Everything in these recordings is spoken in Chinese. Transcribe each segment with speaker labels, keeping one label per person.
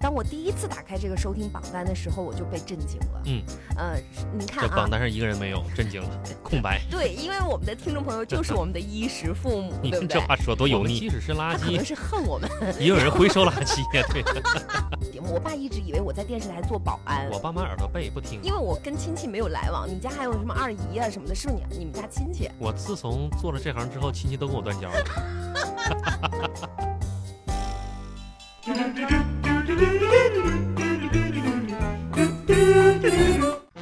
Speaker 1: 当我第一次打开这个收听榜单的时候，我就被震惊了。
Speaker 2: 嗯，
Speaker 1: 呃，你看
Speaker 2: 这
Speaker 1: 啊
Speaker 2: 榜，单上一个人没有，震惊了，空白。
Speaker 1: 对，因为我们的听众朋友就是我们的衣食父母，
Speaker 2: 你
Speaker 1: 对不
Speaker 2: 这
Speaker 1: 对？
Speaker 2: 话说多
Speaker 3: 我
Speaker 2: 油
Speaker 3: 们
Speaker 2: 腻，
Speaker 3: 即使是垃
Speaker 1: 他可
Speaker 3: 圾
Speaker 1: 能，是恨我们。
Speaker 2: 也有人回收垃圾呀。对，
Speaker 1: 我爸一直以为我在电视台做保安，
Speaker 2: 我爸妈耳朵背不听。
Speaker 1: 因为我跟亲戚没有来往。你家还有什么二姨啊什么的，是不是你你们家亲戚？啊
Speaker 2: 我自从做了这行之后，亲戚都跟我断交了。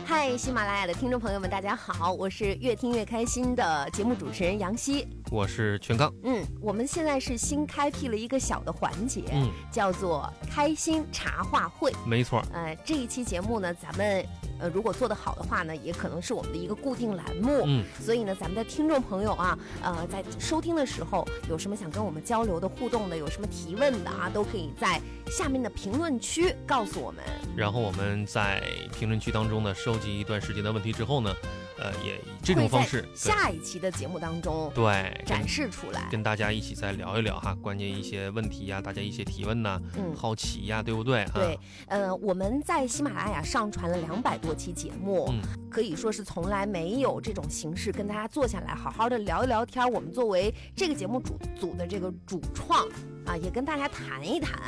Speaker 1: 嗨，喜马拉雅的听众朋友们，大家好，我是越听越开心的节目主持人杨希。
Speaker 2: 我是全刚，
Speaker 1: 嗯，我们现在是新开辟了一个小的环节，
Speaker 2: 嗯，
Speaker 1: 叫做开心茶话会。
Speaker 2: 没错，
Speaker 1: 呃，这一期节目呢，咱们呃如果做得好的话呢，也可能是我们的一个固定栏目。
Speaker 2: 嗯，
Speaker 1: 所以呢，咱们的听众朋友啊，呃，在收听的时候有什么想跟我们交流的、互动的，有什么提问的啊，都可以在下面的评论区告诉我们。
Speaker 2: 然后我们在评论区当中呢，收集一段时间的问题之后呢，呃，也以这种方式
Speaker 1: 会，在下一期的节目当中
Speaker 2: 对对，
Speaker 1: 展
Speaker 2: 跟
Speaker 1: 示出来。
Speaker 2: 跟大家一起再聊一聊哈，关键一些问题呀，大家一些提问呐，
Speaker 1: 嗯，
Speaker 2: 好奇呀，对不对啊？
Speaker 1: 对，呃，我们在喜马拉雅上传了两百多期节目，
Speaker 2: 嗯
Speaker 1: 可以说是从来没有这种形式跟大家坐下来好好的聊一聊天儿。我们作为这个节目主组的这个主创啊，也跟大家谈一谈，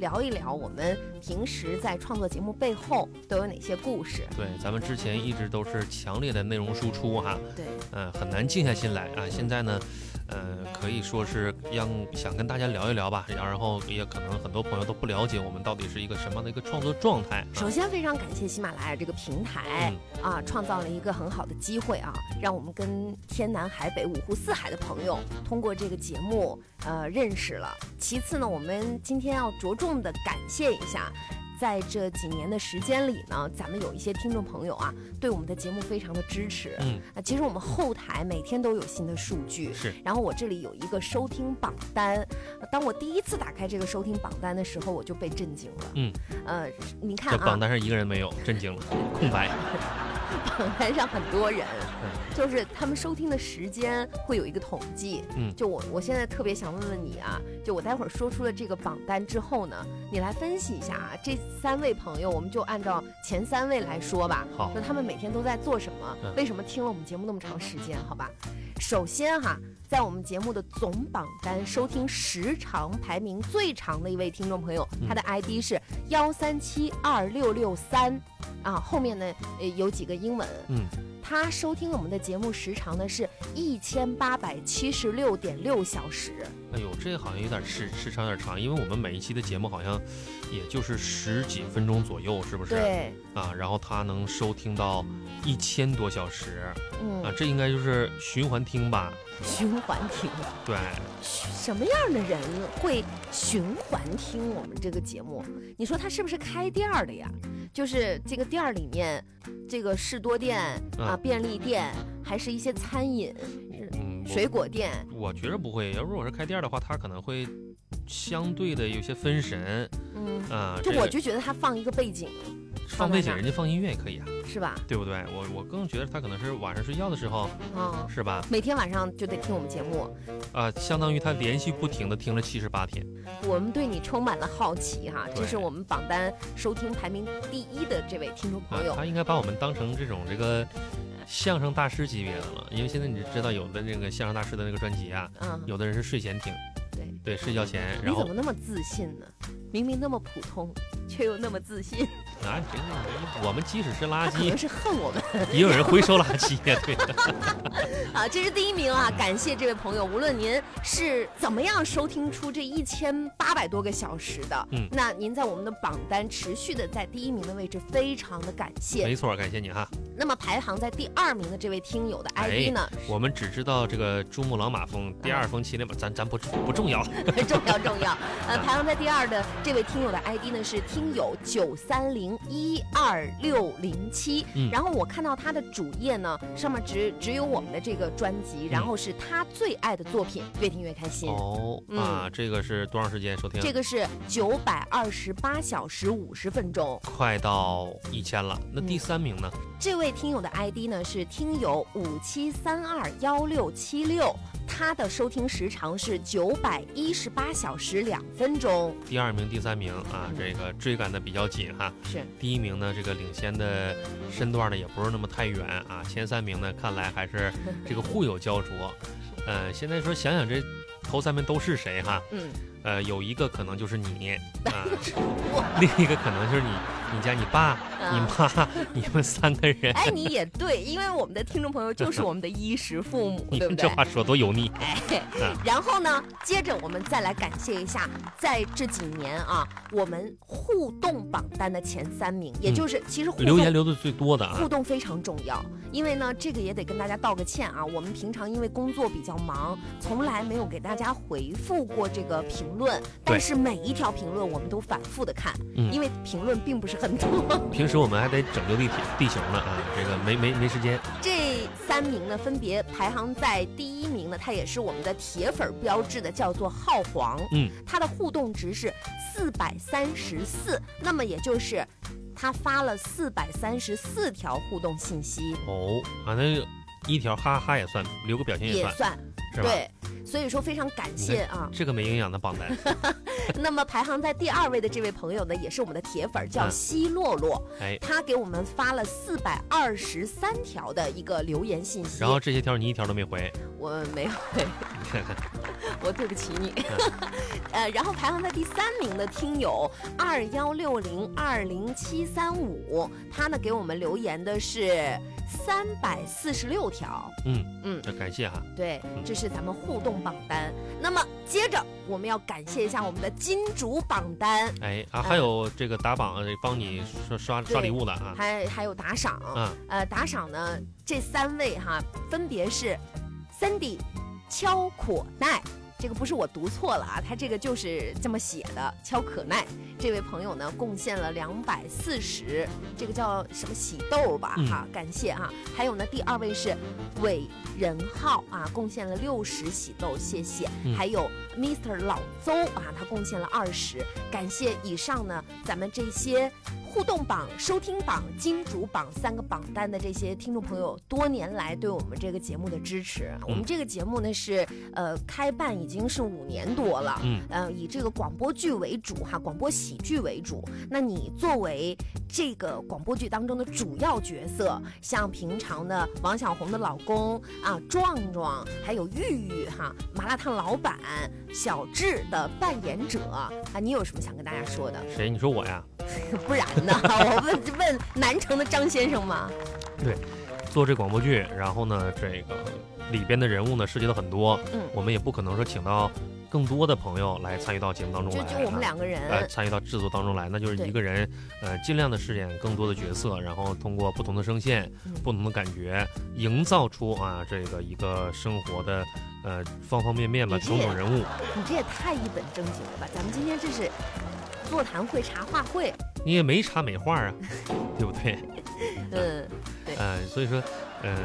Speaker 1: 聊一聊我们平时在创作节目背后都有哪些故事。
Speaker 2: 对，咱们之前一直都是强烈的内容输出哈，
Speaker 1: 对，
Speaker 2: 呃，很难静下心来啊。现在呢，呃，可以说是让想跟大家聊一聊吧，然后也可能很多朋友都不了解我们到底是一个什么样的一个创作状态、啊。
Speaker 1: 首先非常感谢喜马拉雅这个平台、
Speaker 2: 嗯
Speaker 1: 啊，创造了一个很好的机会啊，让我们跟天南海北、五湖四海的朋友通过这个节目呃认识了。其次呢，我们今天要着重的感谢一下。在这几年的时间里呢，咱们有一些听众朋友啊，对我们的节目非常的支持。
Speaker 2: 嗯，
Speaker 1: 啊，其实我们后台每天都有新的数据，
Speaker 2: 是
Speaker 1: 然后我这里有一个收听榜单，呃当我第一次打开这个收听榜单的时候，我就被震惊了。
Speaker 2: 嗯，
Speaker 1: 呃，你看
Speaker 2: 这
Speaker 1: 啊
Speaker 2: 榜，单上一个人没有，震惊了，空白。
Speaker 1: 榜单上很多人，
Speaker 2: 嗯
Speaker 1: 就是他们收听的时间会有一个统计。
Speaker 2: 嗯
Speaker 1: 就我我现在特别想问问你啊，就我待会儿说出了这个榜单之后呢，你来分析一下啊，这三位朋友，我们就按照前三位来说吧。
Speaker 2: 好
Speaker 1: 就他们每天都在做什么？
Speaker 2: 嗯
Speaker 1: 为什么听了我们节目那么长时间？好吧，首先哈，在我们节目的总榜单收听时长排名最长的一位听众朋友，
Speaker 2: 嗯
Speaker 1: 他的 ID 是幺三七二六六三，啊，后面呢呃有几个英文，
Speaker 2: 嗯，
Speaker 1: 他收听我们的节目时长呢是一千八百七十六点六小时，
Speaker 2: 哎呦，这好像有点时时长有点长，因为我们每一期的节目好像也就是十几分钟左右，是不是？
Speaker 1: 对，
Speaker 2: 啊，然后他能收听到一千多小时啊
Speaker 1: 嗯，，
Speaker 2: 这应该就是循环听吧？
Speaker 1: 循环听，啊
Speaker 2: 对，
Speaker 1: 什么样的人会循环听我们这个节目？你说他是不是开店儿的呀？就是这个店儿里面，这个士多店啊、
Speaker 2: 嗯
Speaker 1: 便利店，还是一些餐饮、
Speaker 2: 嗯，我
Speaker 1: 水果店，
Speaker 2: 我觉着不会，要如果是开店的话，他可能会相对的有些分神
Speaker 1: 嗯，
Speaker 2: 啊。
Speaker 1: 就
Speaker 2: 这个
Speaker 1: 我就觉得他放一个背景
Speaker 2: 放
Speaker 1: 放
Speaker 2: 背景，
Speaker 1: 在那儿
Speaker 2: 人家放音乐也可以啊，
Speaker 1: 是吧？
Speaker 2: 对不对？我我更觉得他可能是晚上睡觉的时候，
Speaker 1: 啊、
Speaker 2: 是吧？
Speaker 1: 每天晚上就得听我们节目，
Speaker 2: 啊，相当于他连续不停的听了七十八天。
Speaker 1: 我们对你充满了好奇哈，这
Speaker 2: 对
Speaker 1: 是我们榜单收听排名第一的这位听众
Speaker 2: 啊
Speaker 1: 朋友，，
Speaker 2: 他应该把我们当成这种这个相声大师级别的了，因为现在你知道有的那个相声大师的那个专辑啊，
Speaker 1: 嗯，
Speaker 2: 有的人是睡前听，
Speaker 1: 对，
Speaker 2: 对，睡觉前，
Speaker 1: 你怎
Speaker 2: 然后
Speaker 1: 么那么自信呢？明明那么普通，却又那么自信，
Speaker 2: 啊，这个我们即使是垃
Speaker 1: 他可
Speaker 2: 圾
Speaker 1: 能，是恨我 们
Speaker 2: 也有人回收垃圾呀， 对，
Speaker 1: 啊！这是第一名啊，感谢这位朋友。无论您是怎么样收听出这一千八百多个小时的，
Speaker 2: 嗯
Speaker 1: 那您在我们的榜单持续的在第一名的位置，非常的感谢。
Speaker 2: 没错，感谢你哈。
Speaker 1: 那么排行在第二名的这位听友的
Speaker 2: 哎
Speaker 1: ID 呢？
Speaker 2: 我们只知道这个珠穆朗玛峰第二峰麒麟，咱咱不不重要。
Speaker 1: 重要重要。呃，排行在第二的这位听友的 ID 呢是听友九三零一二六零七
Speaker 2: 嗯，
Speaker 1: 然后我看到他的主页呢，上面只只有我们的这个专辑，然后是他最爱的作品，越听越开心。
Speaker 2: 哦
Speaker 1: 嗯
Speaker 2: 啊，这个是多长时间收听？
Speaker 1: 这个是九百二十八小时五十分钟。
Speaker 2: 快到一千了。
Speaker 1: 嗯
Speaker 2: 那第三名呢？
Speaker 1: 这位听友的 ID 呢是听友五七三二幺六七六，他的收听时长是九百一十八小时两分钟。嗯
Speaker 2: 第二名、第三名啊，这个这追赶的比较紧哈。
Speaker 1: 是
Speaker 2: 第一名呢，这个领先的身段呢也不是那么太远啊。前三名呢，看来还是这个互有焦 灼。呃，现在说想想这头三名都是谁哈？
Speaker 1: 嗯，
Speaker 2: 呃，有一个可能就是 你啊，另一个可能就是你、你家、你爸、你
Speaker 1: 啊
Speaker 2: 妈， 你们三个人。
Speaker 1: 哎，你也对，因为我们的听众朋友就是我们的衣食父母，
Speaker 2: 你
Speaker 1: 对不
Speaker 2: 们
Speaker 1: 对
Speaker 2: 这？话说多油腻！
Speaker 1: 哎
Speaker 2: 啊，
Speaker 1: 然后呢，接着我们再来感谢一下，在这几年啊，我们互动榜单的前三名，也就是其实互
Speaker 2: 嗯留
Speaker 1: 动。
Speaker 2: 言留的最多的啊
Speaker 1: 互，动非常重要，因为呢，这个也得跟大家道个歉啊。我们平常因为工作比较忙，从来没有给大家回复过这个评论，但是每一条评论我们都反复的看，
Speaker 2: 嗯
Speaker 1: 因为评论并不是很多。
Speaker 2: 平时我们还得拯救地铁地球呢啊，这个没没没时间。
Speaker 1: 这三名呢，分别排行在第一名呢，他也是我们的铁粉标志的，叫做浩皇。
Speaker 2: 嗯，
Speaker 1: 它的互动值是四百三十四，那么也就是他发了四百三十四条互动信息，
Speaker 2: 哦啊，那一条哈哈也算，留个表情也
Speaker 1: 也
Speaker 2: 算，
Speaker 1: 算
Speaker 2: 是吧？
Speaker 1: 对。所以说非常感谢啊。
Speaker 2: 这个没营养的 榜单，嗯
Speaker 1: 那么排行在第二位的这位朋友呢，也是我们的铁粉，叫
Speaker 2: 嗯
Speaker 1: 西洛洛，
Speaker 2: 哎，
Speaker 1: 他给我们发了四百二十三条的一个留言信息。
Speaker 2: 然后这些条你一条都 没回，
Speaker 1: 我没有，
Speaker 2: 你看看，
Speaker 1: 我对不起你。 呃，然后排行在第三名的听友二幺六零二零七三五，他呢给我们留言的是三百四十六条。
Speaker 2: 嗯
Speaker 1: 嗯，
Speaker 2: 这感谢哈、
Speaker 1: 对
Speaker 2: 嗯，
Speaker 1: 这是咱们互动榜单。那么接着我们要感谢一下我们的金主榜单，
Speaker 2: 哎啊，还有这个打榜呃帮你刷刷刷礼物的啊，
Speaker 1: 还还有打赏。
Speaker 2: 啊，
Speaker 1: 呃，打赏呢这三位哈，分别是 Sandy、敲可奈，这个不是我读错了啊，他这个就是这么写的，敲可奈这位朋友呢贡献了两百四十，这个叫什么喜豆吧
Speaker 2: 嗯
Speaker 1: 哈，感谢哈、还有呢，第二位是韦仁浩啊，贡献了六十喜豆，谢谢。
Speaker 2: 嗯
Speaker 1: 还有 Mr 老邹啊，他贡献了二十，感谢以上呢咱们这些互动榜、收听榜、金主榜三个榜单的这些听众朋友多年来对我们这个节目的支持。
Speaker 2: 嗯
Speaker 1: 我们这个节目呢是呃开办已经是五年多了。
Speaker 2: 嗯，
Speaker 1: 呃，以这个广播剧为主哈，广播喜剧为主。那你作为这个广播剧当中的主要角色，像平常的王小红的老公啊，壮壮，还有玉玉哈，麻辣烫老板小智的扮演者啊，你有什么想跟大家说的？
Speaker 2: 谁？你说我呀？
Speaker 1: 不然 呢？我问问南城的张先生吗？
Speaker 2: 做这广播剧，然后呢，这个里边的人物呢涉及到很多，
Speaker 1: 嗯
Speaker 2: 我们也不可能说请到更多的朋友来参与到节目当中
Speaker 1: 就
Speaker 2: 来，
Speaker 1: 就我们
Speaker 2: 啊
Speaker 1: 两个
Speaker 2: 呃，
Speaker 1: 人，
Speaker 2: 参与到制作当中来，那就是
Speaker 1: 对
Speaker 2: 一个人，呃，尽量的饰演更多的角色，然后通过不同的声线、
Speaker 1: 嗯
Speaker 2: 不同的感觉，营造出啊这个一个生活的呃方方面面吧，
Speaker 1: 你这
Speaker 2: 种种人物。
Speaker 1: 你这也太一本正经了吧？咱们今天这是座谈会、茶话会，
Speaker 2: 你也没啥美 化啊，对不对？
Speaker 1: 嗯，
Speaker 2: 呃，所以说，嗯、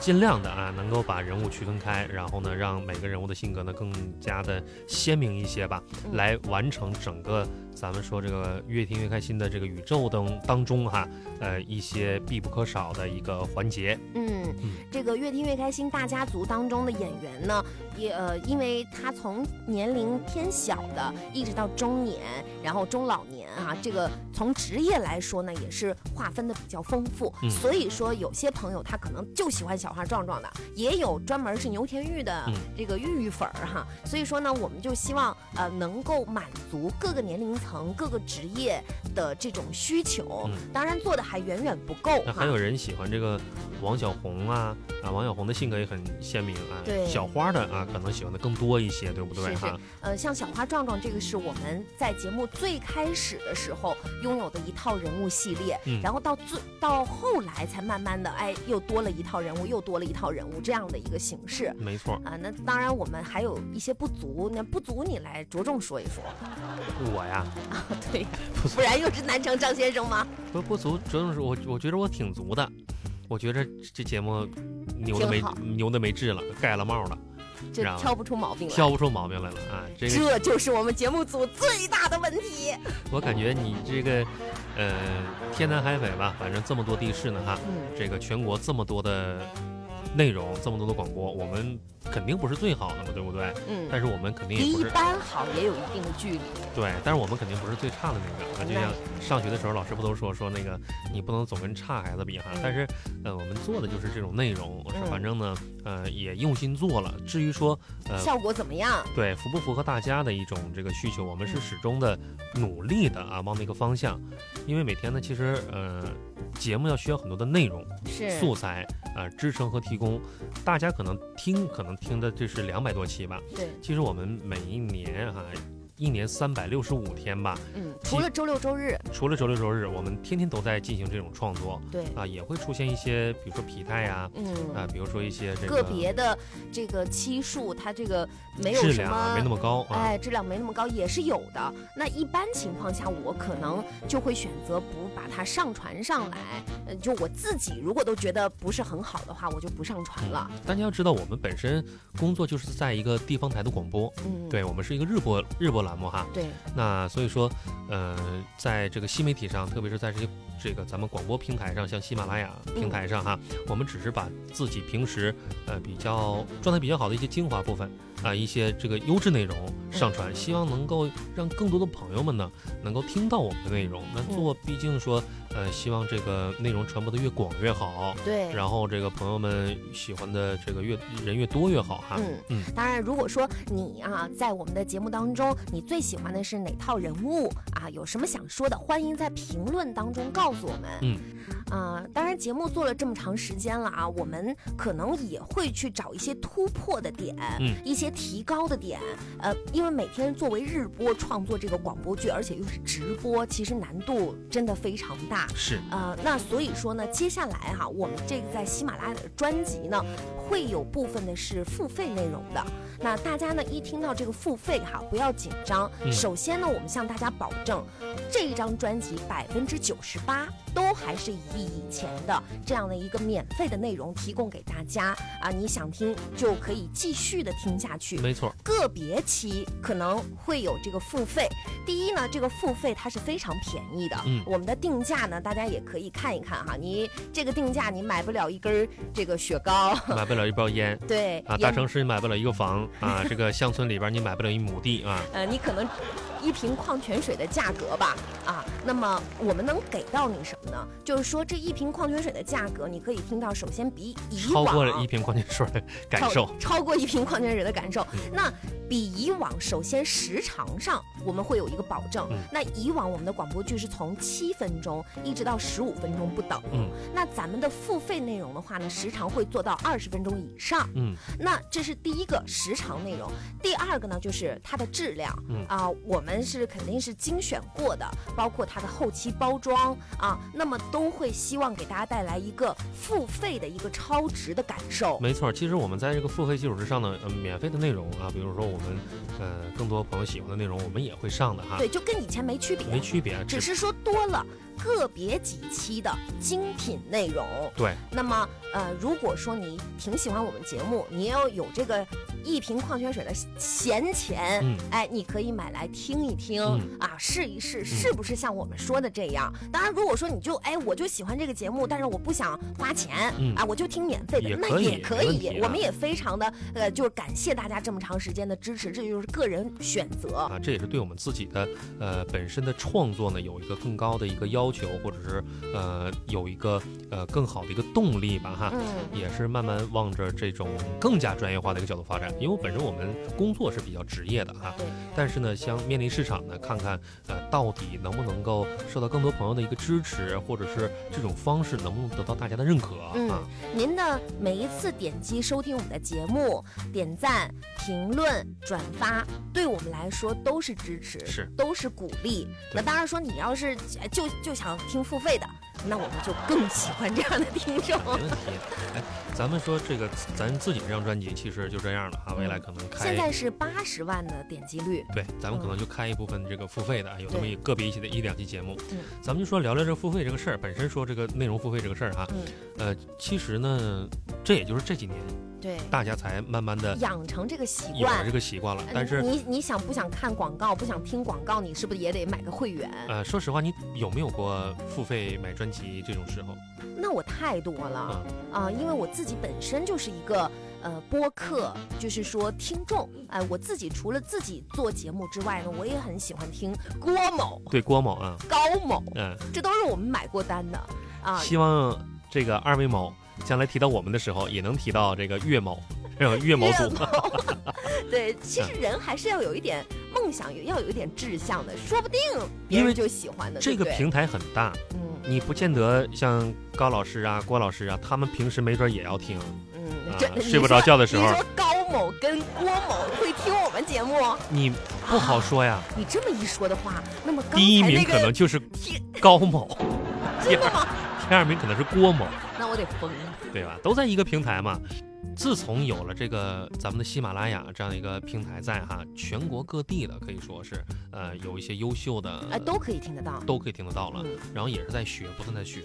Speaker 2: 尽量的啊，能够把人物区分开，然后呢，让每个人物的性格呢更加的鲜明一些吧，
Speaker 1: 嗯
Speaker 2: 来完成整个咱们说这个越听越开心的这个宇宙当当中哈，呃，一些必不可少的一个环节。
Speaker 1: 嗯
Speaker 2: 嗯，
Speaker 1: 这个《越听越开心》大家族当中的演员呢，也呃，因为他从年龄偏小的，一直到中年，然后中老年啊，这个从职业来说呢，也是划分的比较丰富。
Speaker 2: 嗯
Speaker 1: 所以说，有些朋友他可能就喜欢小花壮壮的，也有专门是牛田玉的
Speaker 2: 嗯
Speaker 1: 这个玉玉粉儿哈。所以说呢，我们就希望呃能够满足各个年龄层、各个职业的这种需求。
Speaker 2: 嗯
Speaker 1: 当然，做的还远远不够
Speaker 2: 那
Speaker 1: 哈
Speaker 2: 还。有人喜欢这个王小红啊啊，王小红的性格也很鲜明啊，
Speaker 1: 对
Speaker 2: 小花的啊，可能喜欢的更多一些，对不对
Speaker 1: 是是
Speaker 2: 哈？
Speaker 1: 呃，像小花壮壮这个是我们在节目最开始的时候拥有的一套人物系列，
Speaker 2: 嗯
Speaker 1: 然后到最到后来才慢慢的，哎，又多了一套人物，又多了一套人物这样的一个形式
Speaker 2: 没错，
Speaker 1: 啊、那当然我们还有一些不足，那不足你来着重说一说。
Speaker 2: 我呀，
Speaker 1: 对呀、
Speaker 2: 不足
Speaker 1: 不然又是南城张先生吗？
Speaker 2: 不不足，主要是我我觉得我挺足的，我觉着这节目牛的没
Speaker 1: 挺好
Speaker 2: 牛的没治了，盖了帽了，
Speaker 1: 这
Speaker 2: 然后
Speaker 1: 挑不出毛病来。
Speaker 2: 挑不出毛病来了啊！这个
Speaker 1: 这就是我们节目组最大的问题。
Speaker 2: 我感觉你这个呃天南海北吧，反正这么多地市呢哈，
Speaker 1: 嗯，
Speaker 2: 这个全国这么多的内容，这么多的广播，我们肯定不是最好的嘛，对不对？
Speaker 1: 嗯，
Speaker 2: 但是我们肯定
Speaker 1: 离
Speaker 2: 也不
Speaker 1: 一
Speaker 2: 是
Speaker 1: 般好也有一定的距离。
Speaker 2: 对，但是我们肯定不是最差的那个啊。就像上学的时候，老师不都说说那个你不能总跟差孩子比哈
Speaker 1: 嗯。
Speaker 2: 但是呃，我们做的就是这种内容，是
Speaker 1: 嗯
Speaker 2: 反正呢呃也用心做了。至于说呃
Speaker 1: 效果怎么样？
Speaker 2: 对，符不符合大家的一种这个需求，我们是
Speaker 1: 嗯
Speaker 2: 始终的努力的啊，往那个方向。因为每天呢，其实呃，节目要需要很多的内容
Speaker 1: 是
Speaker 2: 素材呃支撑和提供。大家可能听，可能听的这是两百多期吧。
Speaker 1: 对，
Speaker 2: 其实我们每一年啊，一年三百六十五天吧，
Speaker 1: 嗯，除了周六周日，
Speaker 2: 除了周六周日，我们天天都在进行这种创作
Speaker 1: 对，
Speaker 2: 啊，也会出现一些，比如说疲态呀、啊，
Speaker 1: 嗯，
Speaker 2: 比如说一些这
Speaker 1: 个
Speaker 2: 个
Speaker 1: 别的这个期数，它这个没有
Speaker 2: 质
Speaker 1: 什
Speaker 2: 量啊没那
Speaker 1: 么。
Speaker 2: 么高啊。
Speaker 1: 哎，质量没那么高也是有的。那一般情况下，我可能就会选择不把它上传上来。呃，就我自己如果都觉得不是很好的话，我就不上传了。
Speaker 2: 大家要知道，我们本身工作就是在一个地方台的广播，
Speaker 1: 嗯，
Speaker 2: 对我们是一个日播日播栏目哈。
Speaker 1: 对，
Speaker 2: 那所以说，呃，在这个新媒体上，特别是在这些这个咱们广播平台上，像喜马拉雅平台上哈，我们只是把自己平时呃比较状态比较好的一些精华部分啊、一些这个优质内容上传，希望能够让更多的朋友们呢能够听到我们的内容。那做毕竟说，呃，希望这个内容传播的越广越好。
Speaker 1: 对，
Speaker 2: 然后这个朋友们喜欢的这个越人越多越好哈。
Speaker 1: 嗯
Speaker 2: 嗯，
Speaker 1: 当然，如果说你啊，在我们的节目当中，你最喜欢的是哪套人物啊？有什么想说的，欢迎在评论当中告诉我们。
Speaker 2: 嗯，
Speaker 1: 啊，当然，节目做了这么长时间了啊，我们可能也会去找一些突破的点，
Speaker 2: 嗯
Speaker 1: 一些提高的点。呃，因为每天作为日播创作这个广播剧，而且又是直播，其实难度真的非常大。
Speaker 2: 是，
Speaker 1: 呃，那所以说呢，接下来哈、我们这个在喜马拉雅的专辑呢，会有部分的是付费内容的。那大家呢，一听到这个付费哈、不要紧张。
Speaker 2: 嗯
Speaker 1: 首先呢，我们向大家保证，这一张专辑百分之九十八都还是以以前的这样的一个免费的内容提供给大家啊，你想听就可以继续的听下去。
Speaker 2: 没错，
Speaker 1: 个别期可能会有这个付费。第一呢，这个付费它是非常便宜的，
Speaker 2: 嗯
Speaker 1: 我们的定价呢，大家也可以看一看哈。你这个定价你买不了一根儿这个雪糕，
Speaker 2: 买不了一包烟。
Speaker 1: 对，
Speaker 2: 啊，
Speaker 1: 也
Speaker 2: 大城市你买不了一个房 啊，这个乡村里边你买不了一亩地啊，
Speaker 1: 呃，你可能一瓶矿泉水的价格吧，啊，那么我们能给到你什么呢？就是说这一瓶矿泉水的价格，你可以听到，首先比以
Speaker 2: 超
Speaker 1: 往
Speaker 2: 过了一瓶矿泉水的感受。
Speaker 1: 超超过一瓶矿泉水的感受
Speaker 2: 嗯。
Speaker 1: 那比以往，首先时长上我们会有一个保证。
Speaker 2: 嗯
Speaker 1: 那以往我们的广播剧是从七分钟一直到十五分钟不等。
Speaker 2: 嗯
Speaker 1: 那咱们的付费内容的话呢，时长会做到二十分钟以上。
Speaker 2: 嗯，
Speaker 1: 那这是第一个时长内容，第二个呢就是它的质量，
Speaker 2: 嗯
Speaker 1: 啊、我们是肯定是精选过的，包括它的后期包装啊，那么都会希望给大家带来一个付费的一个超值的感受。
Speaker 2: 没错。其实我们在这个付费基础之上呢，呃，免费的内容啊，比如说我们呃更多朋友喜欢的内容，我们也会上的哈，
Speaker 1: 对，就跟以前没区别，
Speaker 2: 啊没区别，
Speaker 1: 只是说多了个别几期的精品内容。
Speaker 2: 对，
Speaker 1: 那么呃，如果说你挺喜欢我们节目，你要有这个一瓶矿泉水的闲钱，
Speaker 2: 嗯
Speaker 1: 哎，你可以买来听一听、
Speaker 2: 嗯
Speaker 1: 啊，试一试是不是像我们说的这样。当然，如果说你就哎，我就喜欢这个节目，但是我不想花钱、
Speaker 2: 嗯
Speaker 1: 啊，我就听免费的
Speaker 2: 也，
Speaker 1: 那
Speaker 2: 可以
Speaker 1: 也可
Speaker 2: 没问题
Speaker 1: 以。
Speaker 2: 啊
Speaker 1: 我们也非常的呃，就是感谢大家这么长时间的支持，这就是个人选择。
Speaker 2: 啊，这也是对我们自己的呃本身的创作呢有一个更高的一个要求，或者是呃有一个呃更好的一个动力吧哈。
Speaker 1: 嗯。
Speaker 2: 也是慢慢望着这种更加专业化的一个角度发展，因为本身我们工作是比较职业的啊
Speaker 1: 对，
Speaker 2: 但是呢，想面临市场呢，看看呃到底能不能够受到更多朋友的一个支持，或者是这种方式能不能得到大家的认可啊？
Speaker 1: 嗯您的每一次点击收听我们的节目、点赞、评论、转发，对我们来说都是支持，
Speaker 2: 是
Speaker 1: 都是鼓励。那
Speaker 2: 对
Speaker 1: 当然说，你要是哎就就想听付费的，那我们就更喜欢这样的听众。
Speaker 2: 没问题。哎，咱们说这个咱自己这张专辑其实就这样了啊，未来可能开
Speaker 1: 嗯现在是八十万的点击率，
Speaker 2: 对，咱们可能就开一部分这个付费的，有那么
Speaker 1: 嗯对
Speaker 2: 一个别一些的一两期节目
Speaker 1: 嗯，
Speaker 2: 咱们就说聊聊这个付费这个事儿。本身说这个内容付费这个事儿哈，
Speaker 1: 嗯
Speaker 2: 呃，其实呢，这也就是这几年
Speaker 1: 对，
Speaker 2: 大家才慢慢的
Speaker 1: 养成这个习
Speaker 2: 有了
Speaker 1: 惯
Speaker 2: 这。个习惯了
Speaker 1: 呃，
Speaker 2: 但是。
Speaker 1: 你你想不想看广告，不想听广告，你是不是也得买个会员？
Speaker 2: 呃，说实话，你有没有过付费买专辑这种时候？
Speaker 1: 那我太多了啊、
Speaker 2: 嗯
Speaker 1: 因为我自己本身就是一个呃播客，就是说听众。哎、我自己除了自己做节目之外呢，我也很喜欢听郭某、
Speaker 2: 对郭某啊，
Speaker 1: 高某，
Speaker 2: 嗯、
Speaker 1: 这都是我们买过单的啊。
Speaker 2: 希望这个二位某将来提到我们的时候，也能提到这个岳某，然后岳某组。
Speaker 1: 对，其实人还是要有一点梦想，有要有一点志向的，说不定别
Speaker 2: 因
Speaker 1: 人
Speaker 2: 为
Speaker 1: 就喜欢的。
Speaker 2: 这个
Speaker 1: 对不对
Speaker 2: 平台很大，
Speaker 1: 嗯
Speaker 2: 你不见得像高老师啊、郭老师啊，他们平时没准也要听。
Speaker 1: 嗯
Speaker 2: 啊，
Speaker 1: 真的、你
Speaker 2: 睡不着
Speaker 1: 说
Speaker 2: 觉的时候
Speaker 1: 你说高某跟郭某会听我们节目，啊
Speaker 2: 你不好说呀，
Speaker 1: 你这么一说的话，那么刚才
Speaker 2: 第一名
Speaker 1: 那个
Speaker 2: 可能就是
Speaker 1: 听
Speaker 2: 高某，
Speaker 1: 真的吗？
Speaker 2: 第二名可能是郭某，
Speaker 1: 那我得疯了。
Speaker 2: 对吧？都在一个平台嘛。自从有了这个咱们的喜马拉雅这样一个平台在哈，全国各地的可以说是，呃，有一些优秀的
Speaker 1: 啊，都可以听得到。
Speaker 2: 都可以听得到了，
Speaker 1: 嗯，
Speaker 2: 然后也是在学，不断在学。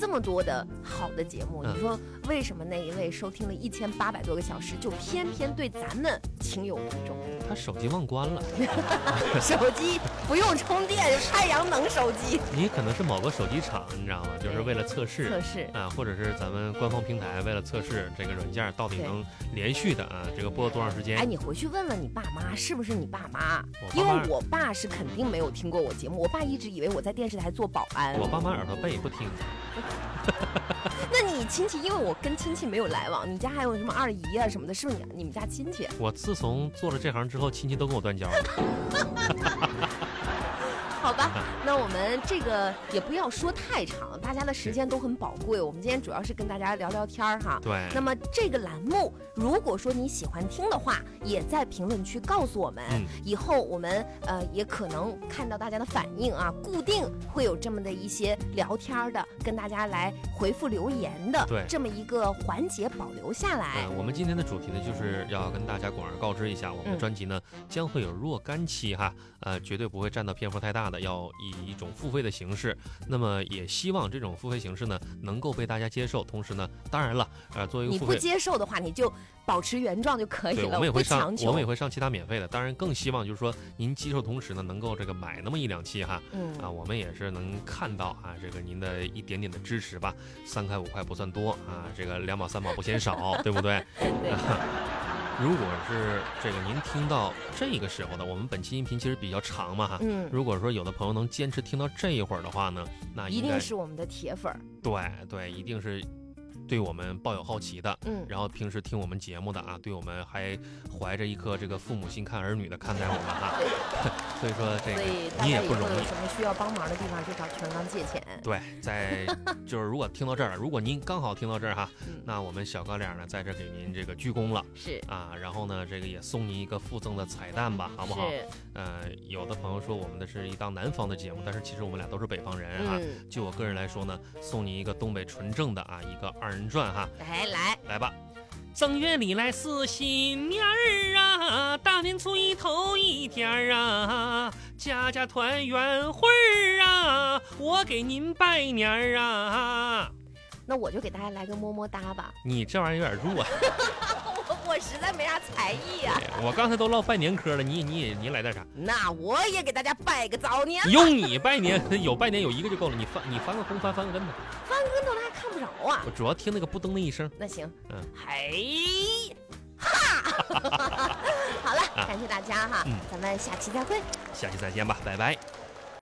Speaker 1: 这么多的好的节目，
Speaker 2: 嗯
Speaker 1: 你说为什么那一位收听了一千八百多个小时，就偏偏对咱们情有独钟？
Speaker 2: 他手机忘关了，
Speaker 1: 手机不用充电，有太阳能手机
Speaker 2: 也可能是某个手机厂，你知道吗？就是为了测试
Speaker 1: 测试。
Speaker 2: 啊，或者是咱们官方平台为了测试这个软件到底
Speaker 1: 对
Speaker 2: 能连续的啊，这个播多长时
Speaker 1: 哎，
Speaker 2: 间？
Speaker 1: 你回去问问你爸妈是不是你爸妈，
Speaker 2: 我
Speaker 1: 因
Speaker 2: 爸妈
Speaker 1: 为我爸是肯定没有听过我节目，我爸一直以为我在电视台做保安。
Speaker 2: 我爸妈耳朵背不听，
Speaker 1: 那你亲戚，因为我跟亲戚没有来往，你家还有什么二姨啊什么的，是不是你你们家亲戚？啊
Speaker 2: 我自从做了这行之后，亲戚都跟我断交了。
Speaker 1: 好吧，
Speaker 2: 啊
Speaker 1: 那我们这个也不要说太长，大家的时间都很宝贵。我们今天主要是跟大家聊聊天儿哈。
Speaker 2: 对，
Speaker 1: 那么这个栏目，如果说你喜欢听的话，也在评论区告诉我们。
Speaker 2: 嗯
Speaker 1: 以后我们呃也可能看到大家的反应啊，固定会有这么的一些聊天儿的，跟大家来回复留言的，
Speaker 2: 对
Speaker 1: 这么一个环节保留下来。
Speaker 2: 嗯，我们今天的主题呢，就是要跟大家广而告知一下，我
Speaker 1: 嗯
Speaker 2: 们的专辑呢将会有若干期哈，呃，绝对不会占到篇幅太大的，要以一种付费的形式。那么也希望这种付费形式呢能够被大家接受，同时呢，当然了，呃，作为一
Speaker 1: 你
Speaker 2: 个付
Speaker 1: 不
Speaker 2: 费。
Speaker 1: 接受的话，你就保持原状就可以
Speaker 2: 对，
Speaker 1: 了，
Speaker 2: 我们也
Speaker 1: 不
Speaker 2: 会上
Speaker 1: 强，求。
Speaker 2: 我们也会上其他免费的。当然，更希望就是说，您接受同时呢，能够这个买那么一两期哈，
Speaker 1: 嗯
Speaker 2: 啊，我们也是能看到啊，这个您的一点点的支持吧，三块五块不算多啊，这个两毛三毛不嫌少，对不对？
Speaker 1: 对
Speaker 2: 啊如果是这个您听到这个时候的，我们本期音频其实比较长嘛哈。
Speaker 1: 嗯，
Speaker 2: 如果说有的朋友能坚持听到这一会儿的话呢，那
Speaker 1: 一
Speaker 2: 啊应该
Speaker 1: 定是我们的铁粉儿。
Speaker 2: 对对，一定是对我们抱有好奇的，
Speaker 1: 嗯，
Speaker 2: 然后平时听我们节目的啊，对我们还怀着一颗这个父母心看儿女的看待我们啊，所以说这
Speaker 1: 所
Speaker 2: 个
Speaker 1: 以大
Speaker 2: 你
Speaker 1: 家
Speaker 2: 也
Speaker 1: 以
Speaker 2: 不
Speaker 1: 后
Speaker 2: 容
Speaker 1: 有
Speaker 2: 易
Speaker 1: 什么需要帮忙的地方，就找全刚借钱。
Speaker 2: 对，在就是如果听到这儿了，如果您刚好听到这儿哈，
Speaker 1: 嗯，
Speaker 2: 那我们小高脸呢在这给您这个鞠躬了
Speaker 1: 是
Speaker 2: 啊，然后呢这个也送您一个附赠的彩蛋吧，好不好？
Speaker 1: 是，
Speaker 2: 呃，有的朋友说我们的是一档南方的节目，但是其实我们俩都是北方人哈。
Speaker 1: 嗯，
Speaker 2: 就我个人来说呢，送您一个东北纯正的啊一个二人转哈，
Speaker 1: 来来，
Speaker 2: 来吧。正月里来是新年儿啊，大年初一头一天儿啊，家家团圆会儿啊，我给您拜年儿啊。
Speaker 1: 那我就给大家来个么么哒吧。
Speaker 2: 你这玩意儿有点弱啊！
Speaker 1: 我我实在没啥才艺啊，
Speaker 2: 我刚才都唠拜年嗑了，你你你来点啥？
Speaker 1: 那我也给大家拜个早年。
Speaker 2: 用你拜年 有拜年有一个就够了，你翻你翻个红翻翻个跟头。
Speaker 1: 翻跟头大家看不着啊
Speaker 2: 我。主要听那个不噔的一声。
Speaker 1: 那行，
Speaker 2: 嗯，
Speaker 1: 嘿， 哈，好了，感谢大家哈
Speaker 2: 嗯，
Speaker 1: 咱们下期再会。
Speaker 2: 下期再见吧，拜拜。